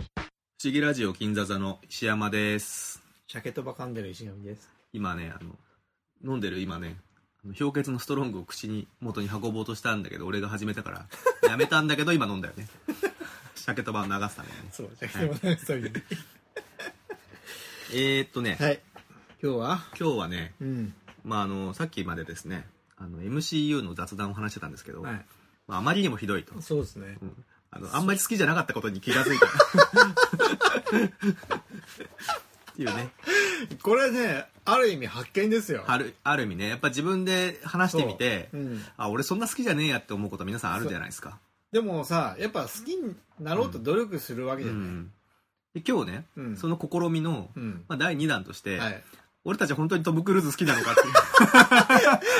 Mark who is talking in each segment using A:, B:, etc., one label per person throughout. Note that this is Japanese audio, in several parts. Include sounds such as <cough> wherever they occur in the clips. A: 思議ラジオ金座座の石山です。
B: 鮭とば噛んでる石神です。
A: 今ね、あの、飲んでる今ね、あの氷結のストロングを口に、元に運ぼうとしたんだけど、俺が始めたから、やめたんだけど、今飲んだよ
B: <laughs>
A: ね。鮭とばを流すためにね。
B: そう、鮭とば噛んでるそういう。
A: えー、っとね、
B: はい。今日は
A: 今日はね、
B: うん。
A: まあ、あの、さっきまでですね、あの、MCU の雑談を話してたんですけど、
B: はい。
A: まあ、あまりにもひどいと。
B: そうですね。
A: うんあの、あんまり好きじゃなかったことに気がつい
B: <laughs>
A: た。っていうね。
B: これね、ある意味発見ですよ。
A: ある、ある意味ね、やっぱ自分で話してみて、
B: そううん
A: あ、俺そんな好きじゃねえやって思うこと皆さんあるじゃないですか。
B: でもさ、やっぱ好きになろうと努力するわ
A: う
B: けじゃない。
A: ん。で、今日ね、
B: うん
A: その試みの、
B: うん。
A: まあ、第2弾として、
B: はい。
A: 俺たち本当にトム・クルーズ好きなのかっ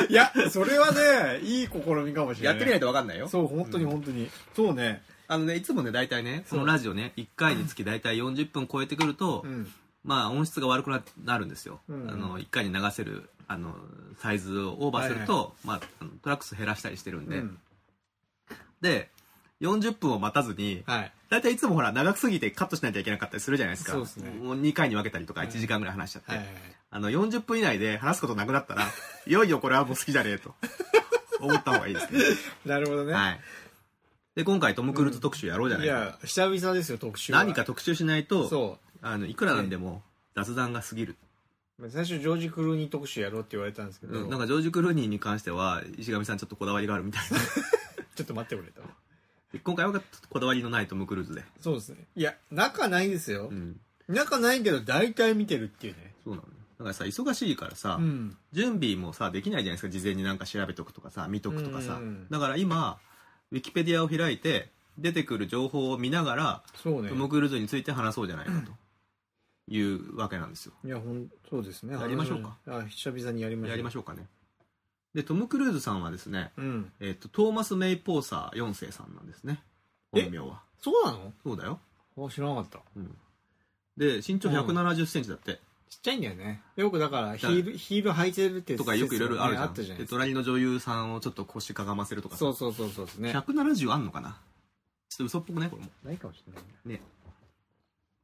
A: ていう
B: いや、それはね、いい試みかも <laughs> しれ
A: や
B: ない。
A: ってみないと分かんないよ。
B: そう、本当に本当に。そうね。
A: あのね、いつもね、大体ね、こ
B: そう
A: のラジオね、1回につき大体40分超えてくると、
B: うん。
A: まあ音質が悪くななるんですよ、
B: うん
A: あの1回に流せるあのサイズをオーバーすると、まああの、トラック数減らしたりしてるんで、
B: うん
A: で40分を待たずに
B: はい。
A: 大体いつもほら長すぎてカットしなきゃいけなかったりするじゃないですか
B: そうですね
A: もう2回に分けたりとか
B: はい
A: 1時間ぐらい話しちゃって、
B: はいはい。
A: あの40分以内で話すことなくなったらいよいよこれはもう好きじゃねえと思った方がいいですね
B: なるほどね。
A: はいで今回トム・クルーズ特集やろうじゃないいか、
B: や、久々ですよ、特集は。
A: 何か特集しないと
B: そう。
A: あのいくらなんでも雑談が過ぎる
B: 最初ジョージ・クルーニー特集やろうって言われたんですけど、
A: うん、なんかジョージ・クルーニーに関しては石上さんちょっとこだわりがあるみたいな
B: ちょっと待ってくれと
A: 今回はちょっとこだわりのないトム・クルーズで、
B: そうですねいや仲ないですよ、
A: うん、
B: 仲ないけど大体見てるっていうね
A: そうなのよだからさ忙しいからさ、
B: うん
A: 準備もさできないじゃないですか事前になんか調べとくとかさ見とくとかさ、
B: うんうんうん
A: だから今ウィキペディアを開いて出てくる情報を見ながら、
B: そうね
A: トム・クルーズについて話そうじゃないかというわけなんですよ
B: いやほんそうですね
A: やりましょうか
B: あ久々にやりましょう
A: やりまし
B: ょ
A: ょうかねでトム・クルーズさんはですね、
B: ううん
A: えっとトーマス・メイ・ポーサー4世さんなんですね
B: え
A: 本名は
B: そうなの
A: そうだよ
B: あ知らなかった
A: うんで身長1 7 0ンチだって、
B: ちっちゃいんだよねよくだからヒールヒール履いてるって
A: とかよくいろいろあるじゃ
B: ね
A: ん、
B: ったじゃない
A: で
B: ですか
A: 隣の女優さんをちょっと腰かがませるとかさ
B: そうそうそうそうですね
A: 170あんのかなちょっと嘘っぽくねこれも
B: ないかもしれない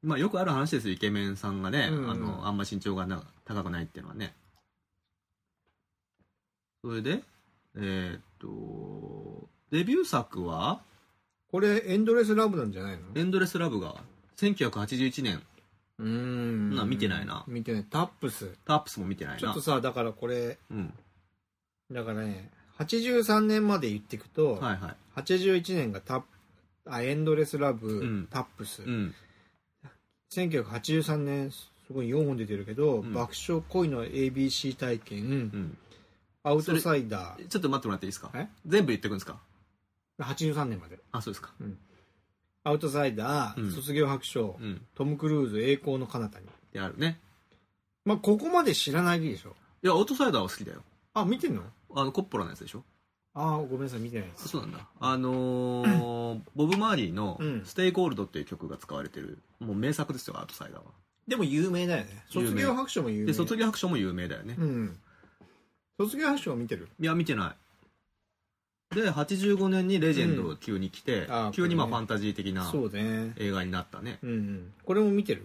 A: まあよくある話ですよイケメンさんがね、
B: うんうん
A: あのあんま身長がな高くないっていうのはねそれでえーっとデビュー作は
B: これエンドレスラブなんじゃないの
A: 「エンドレスラブ」が1981年
B: うーん
A: な見てないな
B: 見てないタップス
A: タップスも見てないな
B: ちょっとさだからこれ
A: うん
B: だからね、83年まで言っていくと、
A: はいはい
B: 81年がタップあエンドレスラブ、
A: うん
B: タップス、
A: うん
B: 1983年すごい4本出てるけど、
A: うん
B: 爆笑恋の ABC 体験、
A: うん
B: アウトサイダ
A: ちょっと待ってもらっていいですか
B: え
A: 全部言ってくんですか
B: ー83年まで
A: あそうですか
B: アウトサイダー、
A: うん
B: 卒業白書、
A: うん
B: トム・クルーズ栄光の彼方に
A: であるね
B: まあここまで知らないでしょ
A: いやアウトサイダーは好きだよ
B: あ見てんの
A: あのコッポラのやつでしょ
B: ああごめんなさい見てないです
A: そうなんだあの
B: <clears throat>
A: ーボブ・マーリーの
B: う
A: 「
B: ん
A: ステイ・ゴールド」っていう曲が使われてるもう名作ですよアウトサイダーは
B: でも有名だよね
A: 有名
B: 卒業白書も有名
A: で卒業白書も有名だよね、
B: うん卒業白書を見てる
A: いや見てないで85年に「レジェンド」を急に来て、
B: うんあー
A: 急にまあ
B: こ
A: フ
B: れ
A: ァンタジー的な
B: そうね
A: 映画になったね
B: うんうんこれも見てる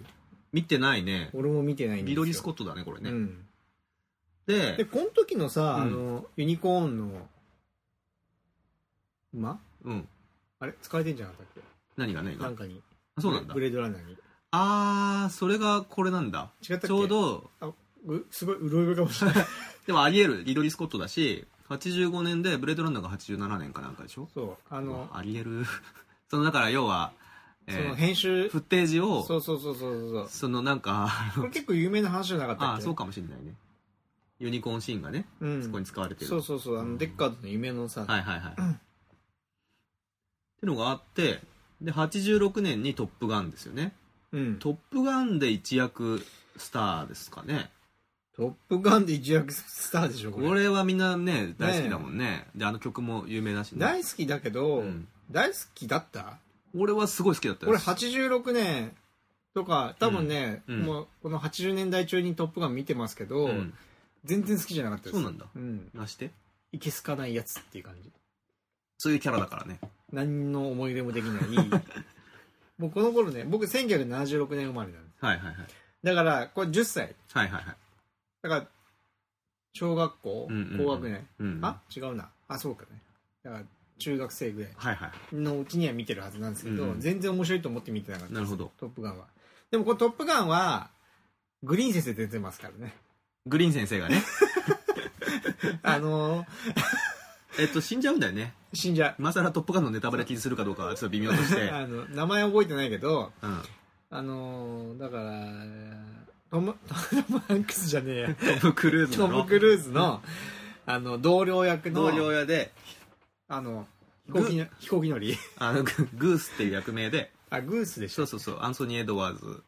A: 見てないね
B: 俺も見てないんです
A: リ
B: よ
A: ドリー・スコットだねこれね、
B: うん、で
A: で
B: この時のさ、
A: うん
B: あのユニコーンの馬
A: うん
B: あれ使われてんじゃなかったっ
A: 何が何
B: けな
A: が
B: んかに
A: あそうなんだ
B: ブレードランナーに違っ
A: あーそれがこれなんだ
B: たっけ
A: ちょうど
B: うすごいうろいろかもしれない
A: でもありえるリドリー・スコットだし85年でブレードランナーが87年かなんかでしょ
B: そうあの、
A: ありえる <laughs> そのだから要は、え
B: その
A: ー
B: 編集
A: フッテージを
B: そうそうそうそうそう
A: そのなんかあ
B: こ
A: の
B: れ結構有名な話じゃなかったっ
A: あ
B: け
A: そうかもしれないねユニコーンシーンがね、
B: うん、
A: そこに使われてる
B: そうそうそうあ
A: う
B: の
A: ん
B: デッカードの夢のさ、
A: はいはいはい、ってのがあってで86年に「トップガン」ですよね
B: う
A: 「
B: んト
A: トップガン」で一躍スターですかね
B: ップガン」で一躍スターでしょこれ
A: 俺はみんなね大好きだもんねであの曲も有名だしね
B: 大好きだけど、
A: うん
B: 大好きだった
A: 俺はすごい好きだったよ
B: 俺86年とか多分ね、
A: うんうん
B: もうこの80年代中に「トップガン」見てますけど、
A: うん
B: 全然好きじゃなかったです
A: そうなんだ
B: うん
A: なして
B: いけすかないやつっていう感じ
A: そういうキャラだからね <laughs>
B: 何の思い入れもできないもうこの頃ね、僕1976年生まれなの。
A: はいはいはい。
B: だから、これ10歳。
A: はいはいはい。
B: だから、小学校、
A: うんうんうん
B: 高学年。
A: うん。
B: あ違うな。あ、そうかね。だから、中学生ぐらい
A: はいはいは
B: のうちには見てるはずなんですけど、
A: うんうん
B: 全然面白いと思って見てなかった
A: い。
B: で
A: な
B: す
A: るほど。
B: トップガンは。でも、このトップガンは、グリーン先生出てますから
A: <laughs>
B: ね。
A: グリーン先生
B: <laughs>
A: がね、
B: あのー、
A: えっと、死んじゃうんだよね。
B: 死んじゃう。
A: 今更トップガンのネタバレ気にするかどうかはちょっと微妙
B: <laughs>
A: として。
B: あの、名前覚えてないけど、
A: うん。
B: あのー、だから、トム、トム・ハンクスじゃねえや。
A: トム・クルーズ
B: ト
A: の
B: ム・クルーズの、あの、同僚役の、
A: 同僚屋で、
B: あの、飛
A: グ
B: 行機の、飛行機乗り。
A: あの、ググースっていう役名で、
B: あ、グースでし
A: そ
B: ょ。
A: うそうそう、アンソニー・エドワーズ、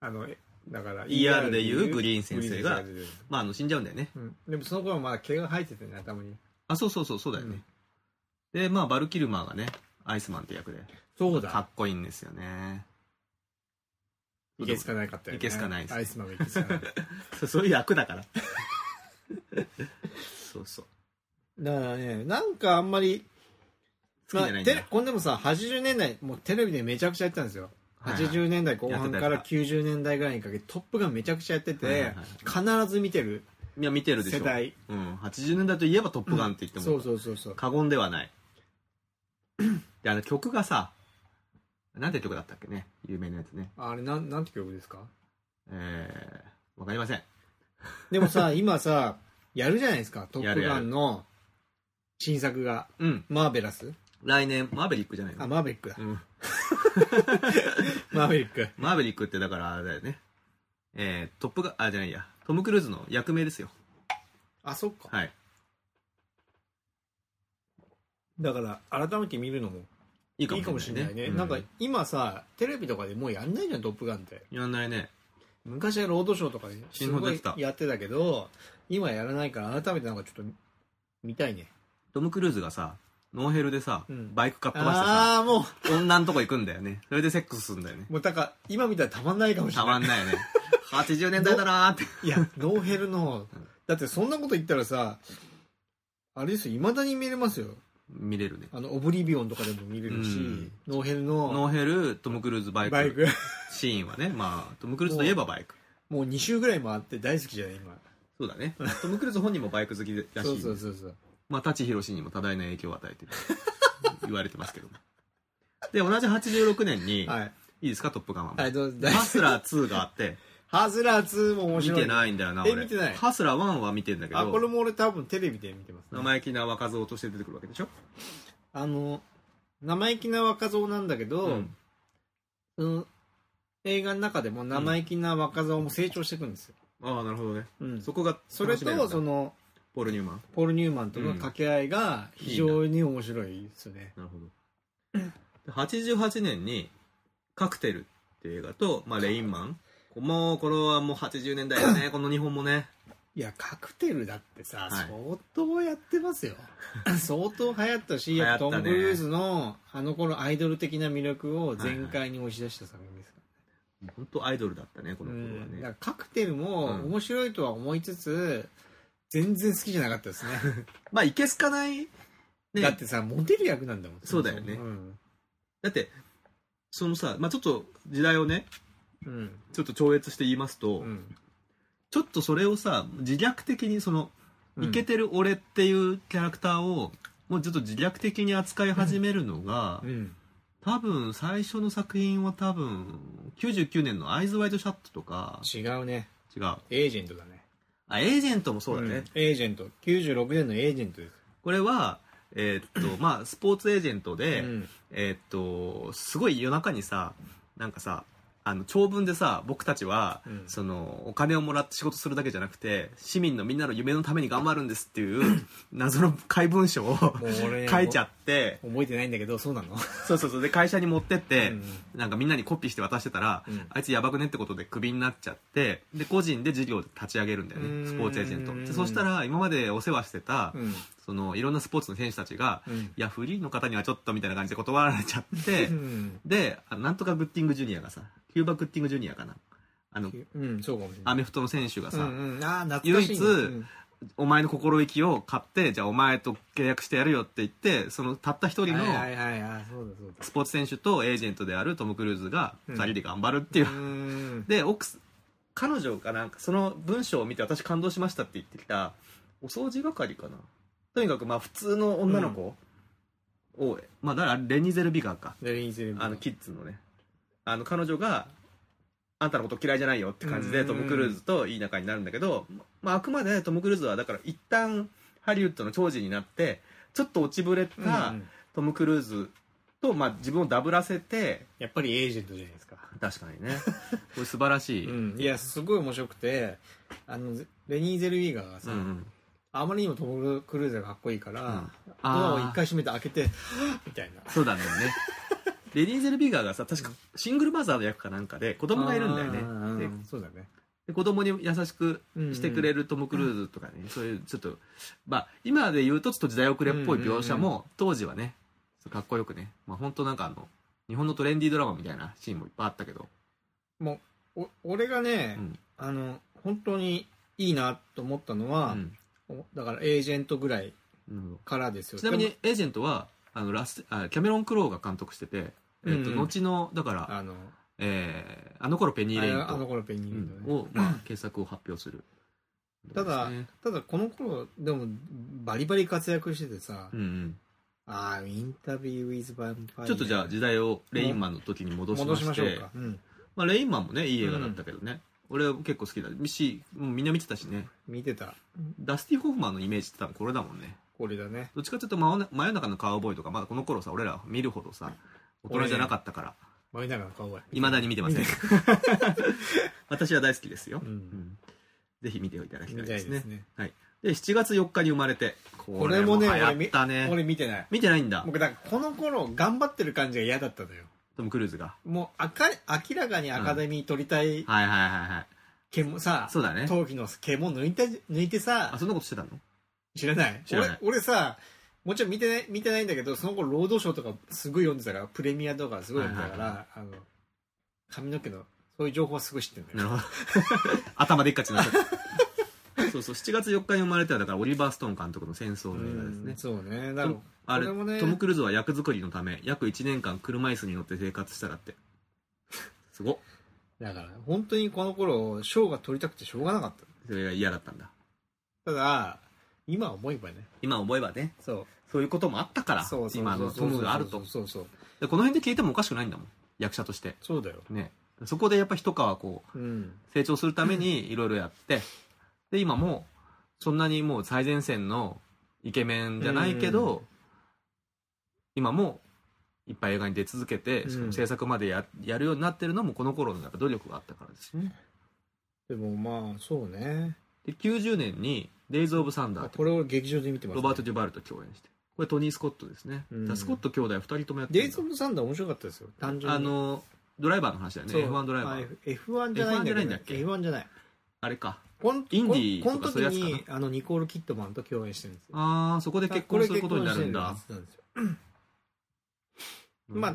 B: あの、えだから、
A: ER でいうグリーン先生が
B: グリーン先生
A: まあ、あの、死んじゃうんだよね。
B: うん。でもその頃まだ毛が生えててね、頭に。
A: あ、そうそうそう、そうだよね。で、まあ、バル・キルマーがね、アイスマンって役で、
B: そう
A: か。っこいいんですよね。
B: いけすかなかったよね。
A: いけすかないです
B: アイスマンがいけすかない。だか
A: そうそういう役だから。そうそう。
B: らね、なんかあんまり、
A: 好きじゃないん
B: テ
A: だ
B: レ
A: よ。
B: これでもさ、80年代、もうテレビでめちゃくちゃやってたんですよ。80年代後半か
A: や
B: ら
A: って
B: 90年代ぐらいにかけて、トップガンめちゃくちゃやって
A: はいはい
B: て
A: は、
B: 必ず見てる
A: いや、見てるでしょ。
B: 世代。
A: うん。80年代といえばトップガンって言っても、
B: そうそうそうそう。
A: 過言ではない。で、あの曲がさ、なんて曲だったっけね有名なやつね。
B: あれ、なん、なんて曲ですか
A: えー、わかりません。
B: でもさ、今
A: <laughs>
B: さ、やるじゃないですか、トップガンの新作が、
A: うん。
B: マーベラス。
A: 来年、マーベリックじゃない
B: あ、
A: の
B: マーベリックだ
A: う。ん。
B: マーベリック。
A: マーベリックってだから、あれだよね。えー、トップガン、あ、じゃないや。トム・クルーズの役名ですよ。
B: あ、そっか。
A: はい。
B: だから、改めて見るのも
A: いい
B: いいか
A: か
B: も
A: も
B: し
A: し
B: れ
A: れ
B: な
A: ないい
B: ね。
A: ね。
B: なんか
A: う、
B: 今さ、テレビとかでもうやんないじゃん、トップガンって。
A: やんないね。
B: 昔はロードショーとかで、す
A: 新本
B: ご
A: 出
B: い
A: てた
B: やってたけど、今やらないから、改めてなんかちょっと、見たいね。
A: トム・クルーズがさ、ノーヘルでさ、
B: うん
A: バイクかっ飛ばしてさ、
B: ああー、も
A: 女のとこ行くんだよね。それでセックスするんだよね
B: う、。もうだから、今見たらたまんないかもしれ
A: た
B: ない。
A: まんない <laughs> ね。80年代だなーって。
B: いや、ノーヘルの
A: うん、
B: だってそんなこと言ったらさ、あれですよ、未だに見れますよ。
A: 見れるね。
B: あの、オブリビオンとかでも見れるし、
A: うん
B: ノーヘルの
A: ノーヘル、トム・クルーズバイク。
B: バイク、
A: シーンはね、まあ、トム・クルーズといえばバイク。
B: もう2週ぐらい回って大好きじゃない今。
A: そうだね。トム・クルーズ本人もバイク好きらしい
B: そ
A: ん
B: う
A: で。
B: そうそうそう。
A: まあ、舘ひろしにも多大な影響を与えてる。 <laughs> 言われてますけども。で、同じ86年に、い、
B: はい。
A: いですか、トップガンは。
B: はい、どうぞ
A: でハスラー2があって、
B: <laughs> ハズラー2も面
A: 見
B: 白い。
A: てないんだよな、
B: え
A: 俺。
B: 見てない
A: ハスラー1は見てんだけ
B: あ、これ
A: ど、
B: も俺多分テレビで見てます、
A: 生意気な若造として出てくるわけでしょ
B: あの、生意気な若造なんだけど、
A: うん
B: その映画の中でも生意気な若造も成長していくんですよ。
A: ああ、なるほどね。
B: うん。
A: そこが、
B: それと、そ
A: の、
B: の、
A: ポール・ニューマン。
B: ポール・ニューマンとの掛け合いが非常に面白いですよね。
A: なるほど。で88年に、カクテルっていう映画と、まあ、レインマン。もう、これはもう80年代だね、この日本もね。
B: いや、カクテルだってさ、
A: い
B: 相当やってま
A: <laughs>
B: すよ。相当流行ったし、
A: 流行ったね
B: トム・クルーズのあの頃アイドル的な魅力を全開に押し出した作品ですか
A: 本当アイドルだったね、こ
B: ら。
A: の
B: う
A: 頃は
B: んだ
A: ね。
B: からカクテルも面白いとは思いつつ、全然好きじゃなかったですね。
A: まあ、いけすかない。ね、
B: だってさ、モテる役なんだもん。
A: そうだよね
B: そもそも
A: だって、そのさ、まあ、ちょっと時代をね、
B: うん。うん。
A: ちょっと超越して言いますと、
B: うん
A: ちょっとそれをさ、自虐的にその、イケてる俺っていうキャラクターを、もうちょっと自虐的に扱い始めるのが、
B: うん。
A: 多分最初の作品は多分、99年のアイズワイドシャットとか、
B: 違うね。
A: 違う。
B: エージェントだね。
A: あ、エージェントもそうだね。
B: んエージェント。96年のエージェントです。
A: これは、えーっと、まあ、スポーツエージェントで、 <laughs>
B: うん
A: えーっと、すごい夜中にさ、なんかさ、あの、長文でさ、僕たちは、
B: うん
A: その、お金をもらって仕事するだけじゃなくて、市民のみんなの夢のために頑張るんですって
B: <laughs>
A: いう、謎の怪文書を
B: もう俺
A: 書いちゃって、
B: 覚えてないんだけど、そうなの
A: そうそうそう、で、会社に持ってって、
B: うん
A: なんかみんなにコピーして渡してたら、
B: うん
A: あいつやばくねってことでクビになっちゃって、で、個人で事業を立ち上げるんだよ
B: うーん
A: ね、スポーツエージェント。で、そしたら、今までお世話してた、
B: うん。
A: そのいろんなスポーツの選手たちが、
B: うん
A: いやフリーの方にはちょっとみたいな感じで断られちゃって
B: うん。
A: であなんとかグッティングジュニアがさキューバグッティングジュニアかなあの
B: うん、そうかもしれな
A: ア
B: い。
A: メフトの選手がさ、
B: うんうん、ああ、懐
A: 唯
B: かし
A: 一
B: いね、うん
A: お前の心意気を買ってじゃあお前と契約してやるよって言ってそのたった一人の
B: はいはいはいはいそうだそうだ
A: スポーツ選手とエージェントであるトム・クルーズが
B: うん
A: 2人で頑張るっていう
B: う、ーん
A: で奥す彼女がなんかその文章を見て私感動しましたって言ってきたお掃除係かなとにかくまあ普通の女の子を、まあだからレニゼル・ビガーか
B: レリンゼルビー
A: あのキッズのねあの彼女があんたのこと嫌いじゃないよって感じ
B: う
A: で
B: ん
A: トム・クルーズといい仲になるんだけど、まあ、あくまでトム・クルーズはだから一旦ハリウッドの長寿になってちょっと落ちぶれ
B: う
A: た
B: んうん
A: トム・クルーズと、まあ、自分をダブらせて
B: やっぱりエージェントじゃないですか
A: 確かにね <laughs> これ素晴らしい、
B: うん、いやすごい面白くてあのゼレニー・ゼルビーガーが
A: う
B: さ、
A: んうん
B: あまりにもトム・クルーズがかっこいいから、
A: うん
B: ドアを一回閉めて開けて <laughs> みたいな
A: そう <laughs> だねレディーゼル・ビガーがさ確かシングルマザーの役かなんかで子供がいるんだよ
B: あー
A: ね
B: うんそうだね
A: で子供に優しくしてくれ
B: る
A: るトム・クルーズとかね、そういうちょっと、まあ、今で言うとちょっと時代遅れっぽい描写も、当時はねかっこよくね、まあ、本当なんかあの日本のトレンディードラマみたいなシーンもいっぱいあったけど、
B: お俺がね、
A: うん
B: あの本当にいいなと思ったのは
A: う、ん
B: おだからエージェントぐらい
A: なるほど
B: からですよ
A: ちなみ
B: で
A: に
B: も
A: エージェントはあのラスあキャメロン・クロウが監督してて、えっと
B: うん
A: 後のだから、
B: あの
A: えーあの頃ペニー・レイン
B: ああの
A: と、
B: 頃ペンギンだね、
A: うんを、まあ、 <clears throat> 傑作を発表する、
B: ただ
A: ですね
B: ただこの頃でもバリバリ活躍しててさ、
A: うんうん
B: ああインタビュー・ウィズ・バンパイア
A: ちょっとじゃあ時代をレインマンの時に戻しま
B: 戻
A: して
B: しましょうか、うん、
A: まあ、レインマンもねいい映画だったけどね、俺は結構好きだしもうみんな見てたしね
B: 見てた
A: ダスティ・ホフマンのイメージって多分これだもんね
B: これだね
A: どっちかっていうと真夜真夜中のカウボーイとかまだこの頃さ俺ら見るほどさ大人じゃなかったから
B: 真夜中の顔が
A: いまだに見てません <laughs> 私は大好きですよ、
B: うん
A: うんぜひ見ていただきたい
B: みた
A: で
B: い
A: すね
B: です
A: で
B: ね
A: 7月4日に生まれてこ
B: れもね
A: 流行ったね
B: 俺見てない
A: 見てないんだ
B: 僕だからこの頃頑張ってる感じが嫌だったのよ
A: トム・クルーズが
B: もう赤い明らかにアカデミー取りたい
A: はいはいはいはい
B: 毛もさ
A: そうだね
B: 頭皮の毛も抜いて抜いて
A: あ
B: さ
A: そんなことしてたの
B: 知らない
A: 知らない
B: 俺俺さもちろん見てない見てないんだけどその頃労働省とかすごい読んでたからプレミアとかすごい読んでたから、
A: はい
B: あの髪の毛のそういう情報はすごい知ってるんだよ
A: なるほど <laughs> 頭でっかちになっちゃった <laughs> そうそう7月4日に生まれてはだからオリバー・ストーン監督の戦争の映画ですね
B: うんそうねだから
A: あれ
B: これもね
A: トム・クルーズは役作りのため約1年間車椅子に乗って生活したらってすごっ
B: だから本当にこの頃賞が取りたくてしょうがなかった
A: それが嫌だったんだ
B: ただ今思えばね
A: 今思えばね
B: そう
A: そういうこともあったから
B: そうそう
A: 今のトムがあると
B: そうそう
A: でこの辺で消えてもおかしくないんだもん役者として
B: そうだよ
A: ねそこでやっぱ一皮こう
B: うん
A: 成長するためにいろいろやってで今もそんなにもう最前線のイケメンじゃないけど、今もいっぱい映画に出続けて、
B: うん
A: しかも制作までややるようになってるのもこの頃のやっぱ努力があったからですね
B: でもまあそうね
A: で90年に「デイズ・オブ・サンダー
B: あ
A: と
B: これを劇場で見てます、
A: ロ
B: ね、
A: バート・デュバルと共演してこれトニー・スコットですね、
B: うん
A: だからスコット兄弟2人ともやって
B: デ
A: る
B: イ
A: ん
B: ズ・
A: だ
B: オブ・サンダー面白かったですよ単純に
A: あのドライバーの話だよね
B: そう
A: F1 ドライバ
B: あ
A: ー
B: F- F1 じゃない
A: F1
B: んだ
A: じゃないん
B: けど
A: だっけ
B: F1 じゃない
A: あれか
B: こん
A: インディー
B: こん
A: とか
B: こ
A: そういう
B: の
A: やつ
B: 時
A: かな
B: にあのニコール・キットマンと共演してるんですよ
A: ああそこで結婚することになるん
B: これ
A: だ
B: 結婚してるんですよまあ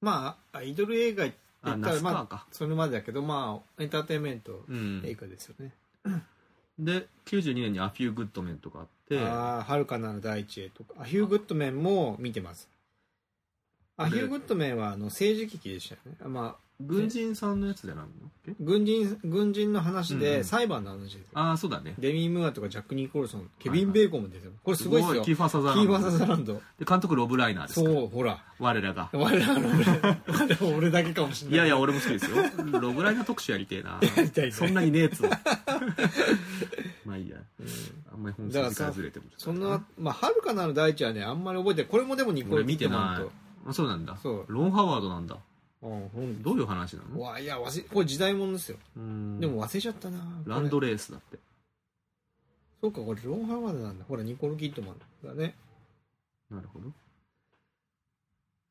B: まあアイドル映画って
A: あ
B: 言った
A: ナ
B: ら
A: スカ
B: ま
A: ー
B: あ
A: か、
B: それまでだけどまあエンターテインメント
A: うん
B: 映画ですよね、
A: で92年に「アフュー・グッドメン」とかあって
B: ああはるかなる大地へとかあヒュー・グッドメンも見てますあ
A: で
B: ヒュー・グッドメンはあの政治劇でしたよねあまあ
A: 軍人さんのやつじゃないのえ
B: 軍人軍人の話
A: うんう
B: で
A: ん
B: 裁判の話ですよ、
A: ああそうだね
B: デミー・ムーアとかジャック・ニコルソンケ
A: は
B: ビ
A: いは
B: ン・
A: い
B: ベーコンも出てるこれすごいですよ
A: キーファー・サザー
B: キ
A: ラン
B: ー
A: ド
B: バーサザーランド。
A: で監督ロブ・ライナーですから
B: そう、ほら。
A: 我らが
B: 我らの俺、俺俺だけかもしれないい。
A: やいや俺も好きですよロブ・ライナー特集やりてえ
B: <laughs>
A: な
B: やりたいね
A: そんなにねえっ
B: <laughs>
A: つうのまあいいや
B: うん
A: あんまり本筋からずれても
B: そんな、まあ、はるかなる大地はね、あんまり覚えてない。これもでもニコ
A: 俺
B: ル
A: 見て
B: マン
A: ない
B: と。
A: あそうなんだ
B: そう
A: ロン・ハワードなんだ
B: うん、ほん
A: どういう話な
B: う
A: の
B: わ、いや、忘れ、これ時代物ですよ。
A: うん
B: でも忘れちゃったな。
A: ラン
B: こ
A: ド
B: れ
A: レースだって
B: そうか、これロンハーワードなんだ。ほら、ニコル・キッドマンだね。
A: なるほど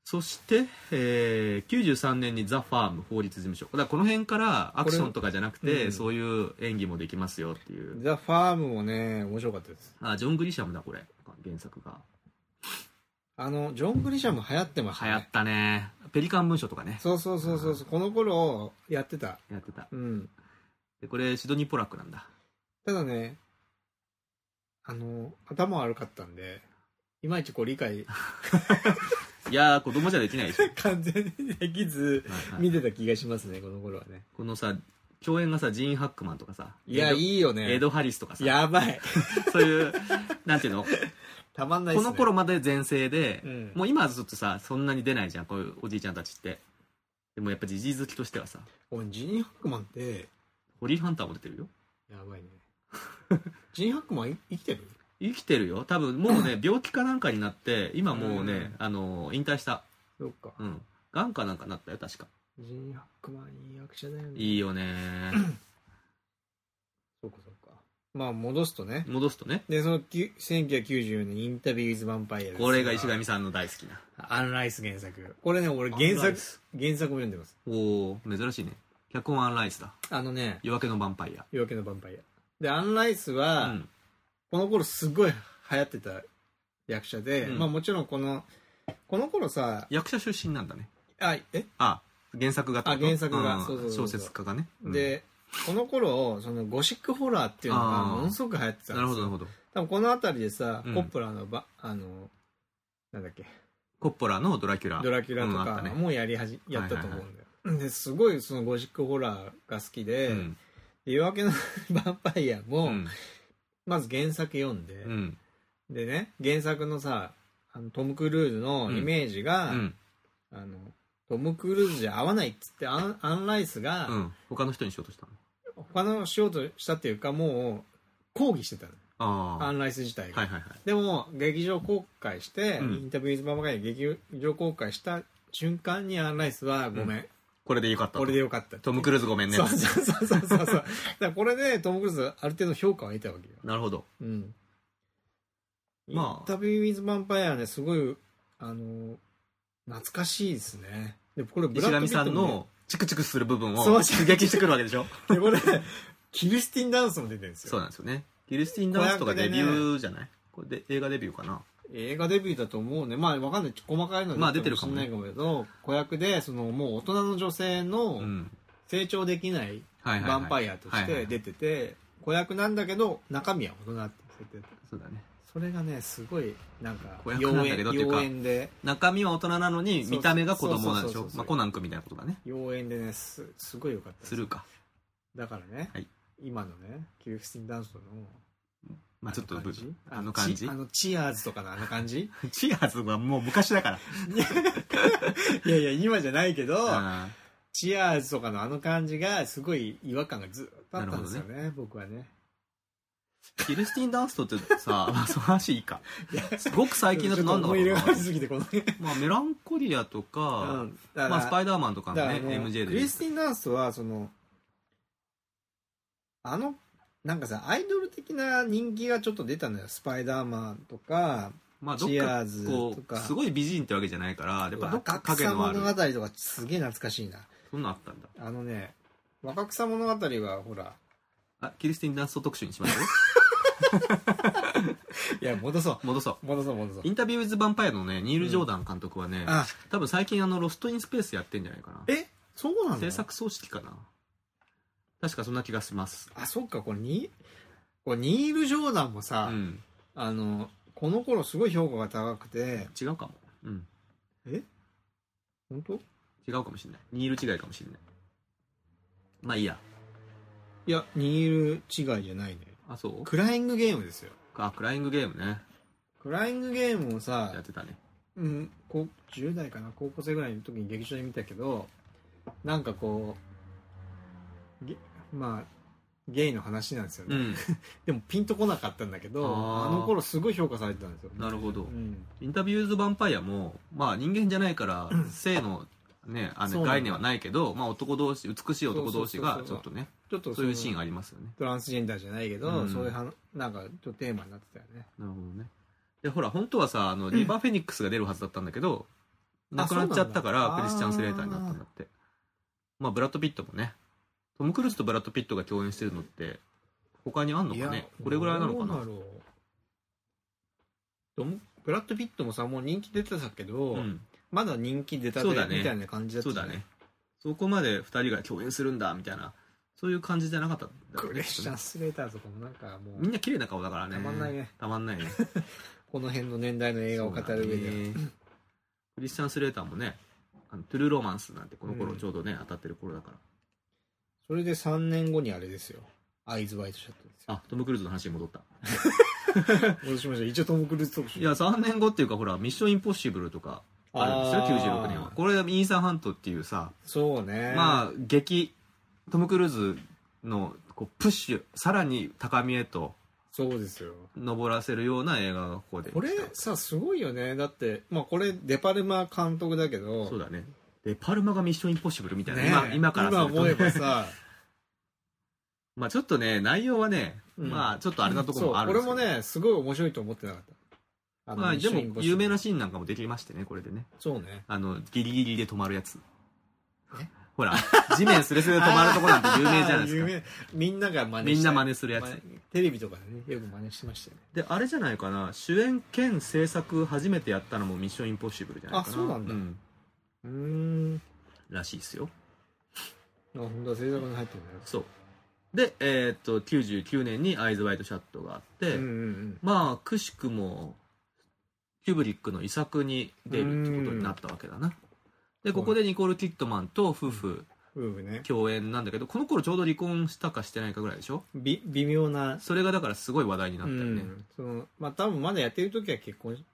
A: そして、えー、93年に「ザ・ファーム法律事務所だからこの辺からアクションとかじゃなく
B: これ
A: て、
B: うん
A: そういう演技もできますよっていう
B: ザ・ファームもね、面白かったです。
A: あジョン・グリシャムだこれ原作が
B: あの、ジョン・グリシャム流行ってました
A: 流
B: ね。
A: 行ったねペリカン文書とかね
B: そうそうそうそうそう。この頃、やってた。
A: やってた
B: うん。
A: でこれシドニー・ポラックなんだ
B: ただね、あの、頭悪かったんで、いまいちこう理解、 <laughs>
A: いやー、子供じゃできないでしょ。
B: 完全にできず、
A: はいはい
B: 見てた気がしますね、この頃はね。
A: このさ、共演がさ、ジーン・ハックマンとかさ、
B: いや、
A: エド
B: いいよね。
A: エド・ハリスとかさ、
B: やばい。
A: そういう、なんて
B: <laughs>
A: いうの、
B: たまんないっ
A: こ
B: すね。
A: の頃まで全盛で、
B: うん
A: もう今はちょっとさ、そんなに出ないじゃん、こういうおじいちゃんたちって。でもやっぱじじい好きとしてはさ、
B: おいジニー・ハックマンって、
A: ホリー・ハンターも出てるよ。
B: やばいね。ジニー・ハックマンい生きてる
A: 生きてるよ。多分もう
B: <laughs>
A: ね、病気かなんかになって、今もうね、
B: うん
A: あの、引退した。
B: そうか。
A: うん。癌かなんかなったよ、確か。
B: ジニー・ハックマンいい役者だよね。
A: いいよね
B: <laughs> そうかそうか。まあ、戻すとね。
A: 戻すとね、
B: で、そのきゅ1994年インタビュー・イズ・ヴァンパイアです
A: これが石上さんの大好きな。
B: アンライス原作。これね、俺
A: ア
B: 原
A: ンライ
B: 作、
A: ス
B: 原作も読んでます。
A: おー、珍しいね。脚本アンライスだ。
B: あのね、
A: 夜明けのヴァンパイ
B: 夜明けのヴァンパイア。で、アンライス
A: ア。
B: は、
A: うん。
B: この頃すごい流行ってた役者で、
A: うん
B: まあもちろんこの、この頃さ、
A: 役者出身なんだね。
B: あ、え、
A: あ、原作がってこと
B: あ原作が
A: うん
B: そうそうそうそ
A: 小
B: う
A: 説家がね。うん、
B: で、この頃、そのゴシックホラーっていうのが
A: あー
B: ものすごく流行ってたんですよ
A: なるほど、なるほど。
B: 多分この辺りでさ、
A: うん
B: コップラのば、あの、なんだっけ、
A: コッポラのドラキュラ。
B: ドラキュラと
A: うんあった
B: か
A: ね
B: もうやりはじ、やったと思うんだよ。ですごいそのゴシックホラーが好きで、
A: うん。
B: で夜明けのヴァンパイア
A: う
B: も、
A: ん。
B: まず原作読んで、
A: うん。
B: でね、原作のさ、あのトム・クルーズのイメージ
A: う
B: が、
A: ん。
B: あの、トム・クルーズじゃ合わないっつって、アンアンライスが
A: う、ん。他の人にしようとしたの。
B: 他のしようとしたっていうか、もう、抗議してたの。
A: ああ。
B: ア
A: は
B: ンライス自体
A: い
B: が。
A: はいはい。
B: でも、劇場公開して、
A: うん
B: インタビューズババガイで劇場公開した瞬間にアンライスは、ごめん、
A: これでよかったと。
B: これでよかったって。
A: トム・クルーズごめんね。
B: そうそうそうそうそう。だからこれでトム・クルーズある程度評価を得たわけよ。
A: なるほど。
B: うん。
A: まあ
B: インタビュー・ウィズ・ヴァンパイアはね、すごい、あの、懐かしいですね。で、これ、ブ
A: 石
B: ラッド・
A: 上
B: ピッ
A: さ
B: ト
A: ん
B: もね
A: のチクチクする部分を
B: そう
A: 刺激してくるわけでしょ
B: <laughs> で、これ、キルスティン・ダンスも出てるんですよ。
A: そうなんですよね。キルスティン・ダンスとか
B: 子
A: デ
B: 役で
A: ビ
B: ね
A: ューじゃないこれで映画デビューかな。
B: 映画デビューだと思うね。まあ、わかんない。細かいのは
A: まあ出てるかも
B: し
A: ね
B: れないかもけど、子役で、その、もう大人の女性の
A: うん。
B: 成長できない
A: は
B: ヴ
A: いはい、は
B: ァ
A: い。
B: ンパイアとし
A: はいはい
B: て出てて、子役なんだけど、中身は大人って言ってて。
A: そうだね。
B: それがね、すごい、なんか、
A: 子役なんだけどっていうか
B: 妖艶で、
A: 中身は大人なのに
B: そう
A: 見た目が子供なんでし
B: そうそうそう
A: ょ
B: そう
A: まあコナン君みたいなことだね。
B: 妖艶でね、す、すごい良かったです
A: するか。
B: だからね、
A: はい
B: 今のね、キルスティンダンスの、
A: まあちょっと
B: あの
A: ぶ
B: 感じ
A: あの感じ
B: あの、チアーズとかのあの
A: <laughs>
B: 感じ
A: チアーズはもう昔だから。
B: いやいや、今じゃないけど、
A: あ
B: チアーズとかのあの感じがすごい違和感がずっとあったんですよね僕はね
A: ーキルスティン・ダンストってさ、 <laughs> まあ、その話いいか。すごく最近だと
B: ちょっ
A: なんだ
B: 思
A: ろ
B: いう入れ
A: な
B: が。ありすぎてこの辺、
A: まあメランコリアと
B: う
A: か、
B: ん、だから
A: まあスパイダーマンとか
B: だ
A: の
B: から
A: ね、
B: ね
A: MJ
B: ク
A: で
B: リ。スティン・ダンストはそのあのなんかさアイドル的な人気がちょっと出たのよスパイダーマンとか
A: まあどっ
B: チア
A: か
B: ーズ
A: ことう、
B: か
A: すごい美人ってわけじゃないから、やっぱどっか
B: 若
A: 影
B: 草
A: のあ
B: 物
A: る。
B: 語とかすげえ懐かしいな
A: そんなんあったんだ。
B: あのね若草物語はほら
A: あ、キリスティンダンスト特集にします <laughs>
B: いや戻そう
A: 戻そう。
B: 戻そう戻そう
A: インタビュー・ウィズ・ヴァンパイアのね、ニール・ジョーダン監督はね、
B: あ
A: 多分最近あの、ロスト・イン・スペースやってんじゃないかな。
B: えそうなの
A: 制作葬式かな。確かそんな気がします。
B: あ、そっか、これに、これニール・ジョーダンも
A: う
B: さ、
A: ん。
B: あの、この頃すごい評価が高くて、
A: 違うかも。うん。
B: 本当
A: 違うかもしれない。ニール違いかもしれない。まあいいや。
B: いや、ニール違いじゃないね。
A: あ、そう
B: クライングゲームですよ。
A: あ、クライングゲームね。
B: クライングゲームをさ
A: やっ、てたね。
B: うん、こう10代かな、高校生ぐらいの時に劇場で見たけど、なんかこう、げまあ、ゲイの話なんですよ
A: う
B: ね、
A: ん。
B: でもピンとこなかったんだけど
A: あー
B: あの頃すごい評価されてたんですよ
A: なるほど
B: うん
A: インタビューズ・ヴァンパイアも、まあ人間じゃないから、性の、ね、あ
B: そう
A: の
B: なんだ
A: 概念はないけど、まあ男同士、美しい男同士が
B: そう
A: ち
B: そうそうそう
A: ょっとね、
B: ちょっと
A: そういうシーン
B: が
A: ありますよね。
B: トランスジェンダーじゃないけど、
A: うん
B: そういうはなんかちょっとテーマになってたよね
A: なるほどね。で、ほら、本当はさ、あの、リバーフェニックスが出るはずだったんだけど、
B: あ
A: なくなっちゃったか
B: そうなん
A: ら、
B: だ
A: クリスチャン・スレーターになったんだって。まあ、ブラッド・ピットもね、トム・クルーズとブラッド・ピットが共演してるのって、他にあんの
B: い
A: か
B: や
A: ねこれぐらいなのかな
B: どうだろうトムブラッド・ピットもさもう人気出てたけど、
A: うん、
B: まだ人気出たて
A: そうだね
B: みたいな感じだった
A: そう
B: じゃ
A: だ
B: ない
A: ね。そこまで二人が共演するんだ、みたいな。そういう感じじゃなかったんだよ
B: ク
A: ね
B: レスチャンスレーターとかもなんかも
A: み
B: うん
A: な綺麗な顔だからね
B: たまんないね
A: たまんないね
B: この辺の年代の <laughs> 映画を語る上では
A: そうなんだねクリスチャン・スレーターもねあのトゥルーロマンスなんてこの頃
B: うん
A: ちょうどね、当たってる頃だから
B: それで3年後にあれですよアイズ・ワイドシャットですよ
A: あトム・クルーズの話に戻った
B: 戻しましょう一応トム・クルーズ特集
A: いや3年後っていうかほら「ミッション・インポッシブル」とかあるんですよ96年は
B: あー
A: これインサン・ハントっていうさ、
B: そうね
A: まあ劇トム・クルーズのこうプッシュさらに高みへと
B: そうですよ
A: 登らせるような映画がここで
B: これさすごいよねだってまあこれデパルマ監督だけど
A: そうだねでパルマが「ミッション・インポッシブル」みたいな、
B: ね
A: 今今から
B: 今
A: すると
B: 思
A: ね
B: えばさ
A: まあちょっとね内容はね、
B: うん
A: まあちょっ <laughs> とあれなところもあるんで
B: そう
A: す
B: これもねすごい面白いと思ってなかったの
A: まあ、で
B: ミッションインポ
A: も
B: ッシ
A: 有
B: ブル
A: 名なシーンなんかもできましてねこれでね
B: そうね
A: あのギリギリで止まるやつ
B: え
A: ほら地面すれすれで止まるとこなんて有名じゃないです
B: <laughs> 有
A: か
B: 名みんなが真似
A: みんな真
B: 似
A: 似するやつ
B: テレビとかでねよく真似してましたよね
A: であれじゃないかな主演兼制作初めてやったのも「ミッションインポッシブル」じゃないかな
B: あそうなんだうーん
A: らしいですよ
B: あ本当は制作に入ってるんだよ
A: そうでえーっと99年に「アイズ・ワイド・シャット」があって、
B: うんうん
A: まあくしくもキューブリックの遺作に出るってことになったわけだなでここでニコール・キッドマンと夫婦
B: うん夫婦ね
A: 共演なんだけどこの頃ちょうど離婚したかしてないかぐらいでしょ
B: び微妙な
A: それがだからすごい話題になったよね
B: うんそのまあ多分まだやってる時は結婚し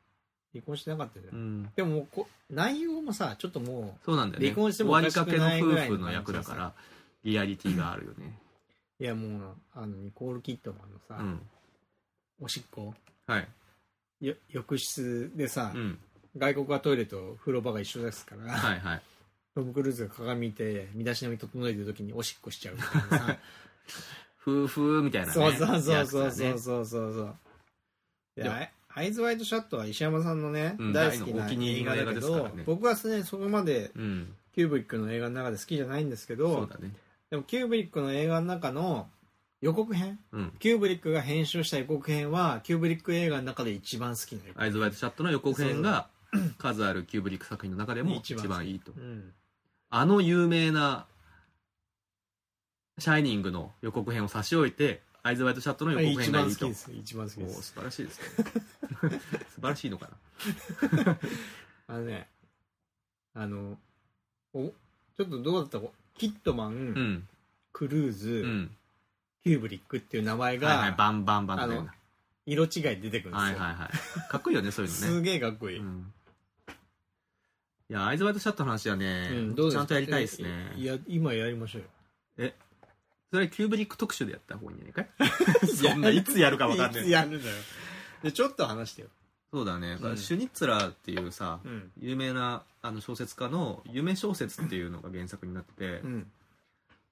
B: 離婚してなかったじゃん
A: うん、
B: でももうこ内容もさちょっとも
A: そうなんだよね
B: 離婚してもおかしくない
A: 終わり
B: ぐら
A: か
B: い
A: けの夫
B: の
A: 婦の役だからリアリティがあるよね
B: ういやもうあのニコール・キッドマンの
A: う
B: さ、
A: ん
B: おしっこ
A: はい
B: よ浴室でさ、
A: うん
B: 外国はトイレと風呂場が一緒ですから、
A: はいはい
B: トム・クルーズが鏡見て身だしなみ整えてる時におしっこしちゃうみたいなさ
A: 夫婦みたいなね
B: そうそうそうそう
A: やつだ
B: そ
A: ね
B: うそうそうそう
A: で
B: で
A: も
B: アイアイズ・ワイド・シャットは石山さんのね、
A: うん
B: 大好き
A: 大のお
B: な
A: 気に入り
B: 映
A: の
B: 画
A: 映
B: だ
A: 画
B: け
A: ですから
B: ど
A: ね
B: 僕はねそこまで
A: うん
B: キューブリックの映画の中で好きじゃないんですけど
A: そうだね
B: でもキューブリックの映画の中の予告編
A: うん
B: キューブリックが編集した予告編はキューブリック映画の中で一番好きな予告
A: アイズ・ワイド・シャットの予告編が数あるキューブリック作品の中でも一
B: 一番
A: 番いいと
B: うん
A: あの有名な「シャイニング」の予告編を差し置いてアイズ・ワイド・シャットの予告
B: 一
A: 編がい
B: 番好
A: い
B: き
A: と
B: です一番好き
A: も
B: で
A: う
B: す
A: 素晴らしいですね <laughs> 素晴らしいのかな
B: あのねあのおちょっとどうだったかキットマン、
A: うん
B: クルーズ、
A: うん
B: キューブリックっていう名前が、
A: はいはいバンバンバンみたいな
B: 色違いで出てくるんですよ、
A: はいはいはいかっこいいよねそういうのね
B: すげえかっこいい、
A: うんいやアイズ・ワイド・シャットの話はね
B: うん
A: ちゃんとやりたいですね
B: いや今やりましょうよ
A: それキューブリック特集でやった方がいいんじゃないかいそんないつやるかわかんない
B: つやるんだよでちょっと話してよ、
A: そうだね、
B: うん
A: シュニッツラーっていうさ、
B: うん
A: 有名なあの小説家の夢小説っていうのが原作になってて、
B: うん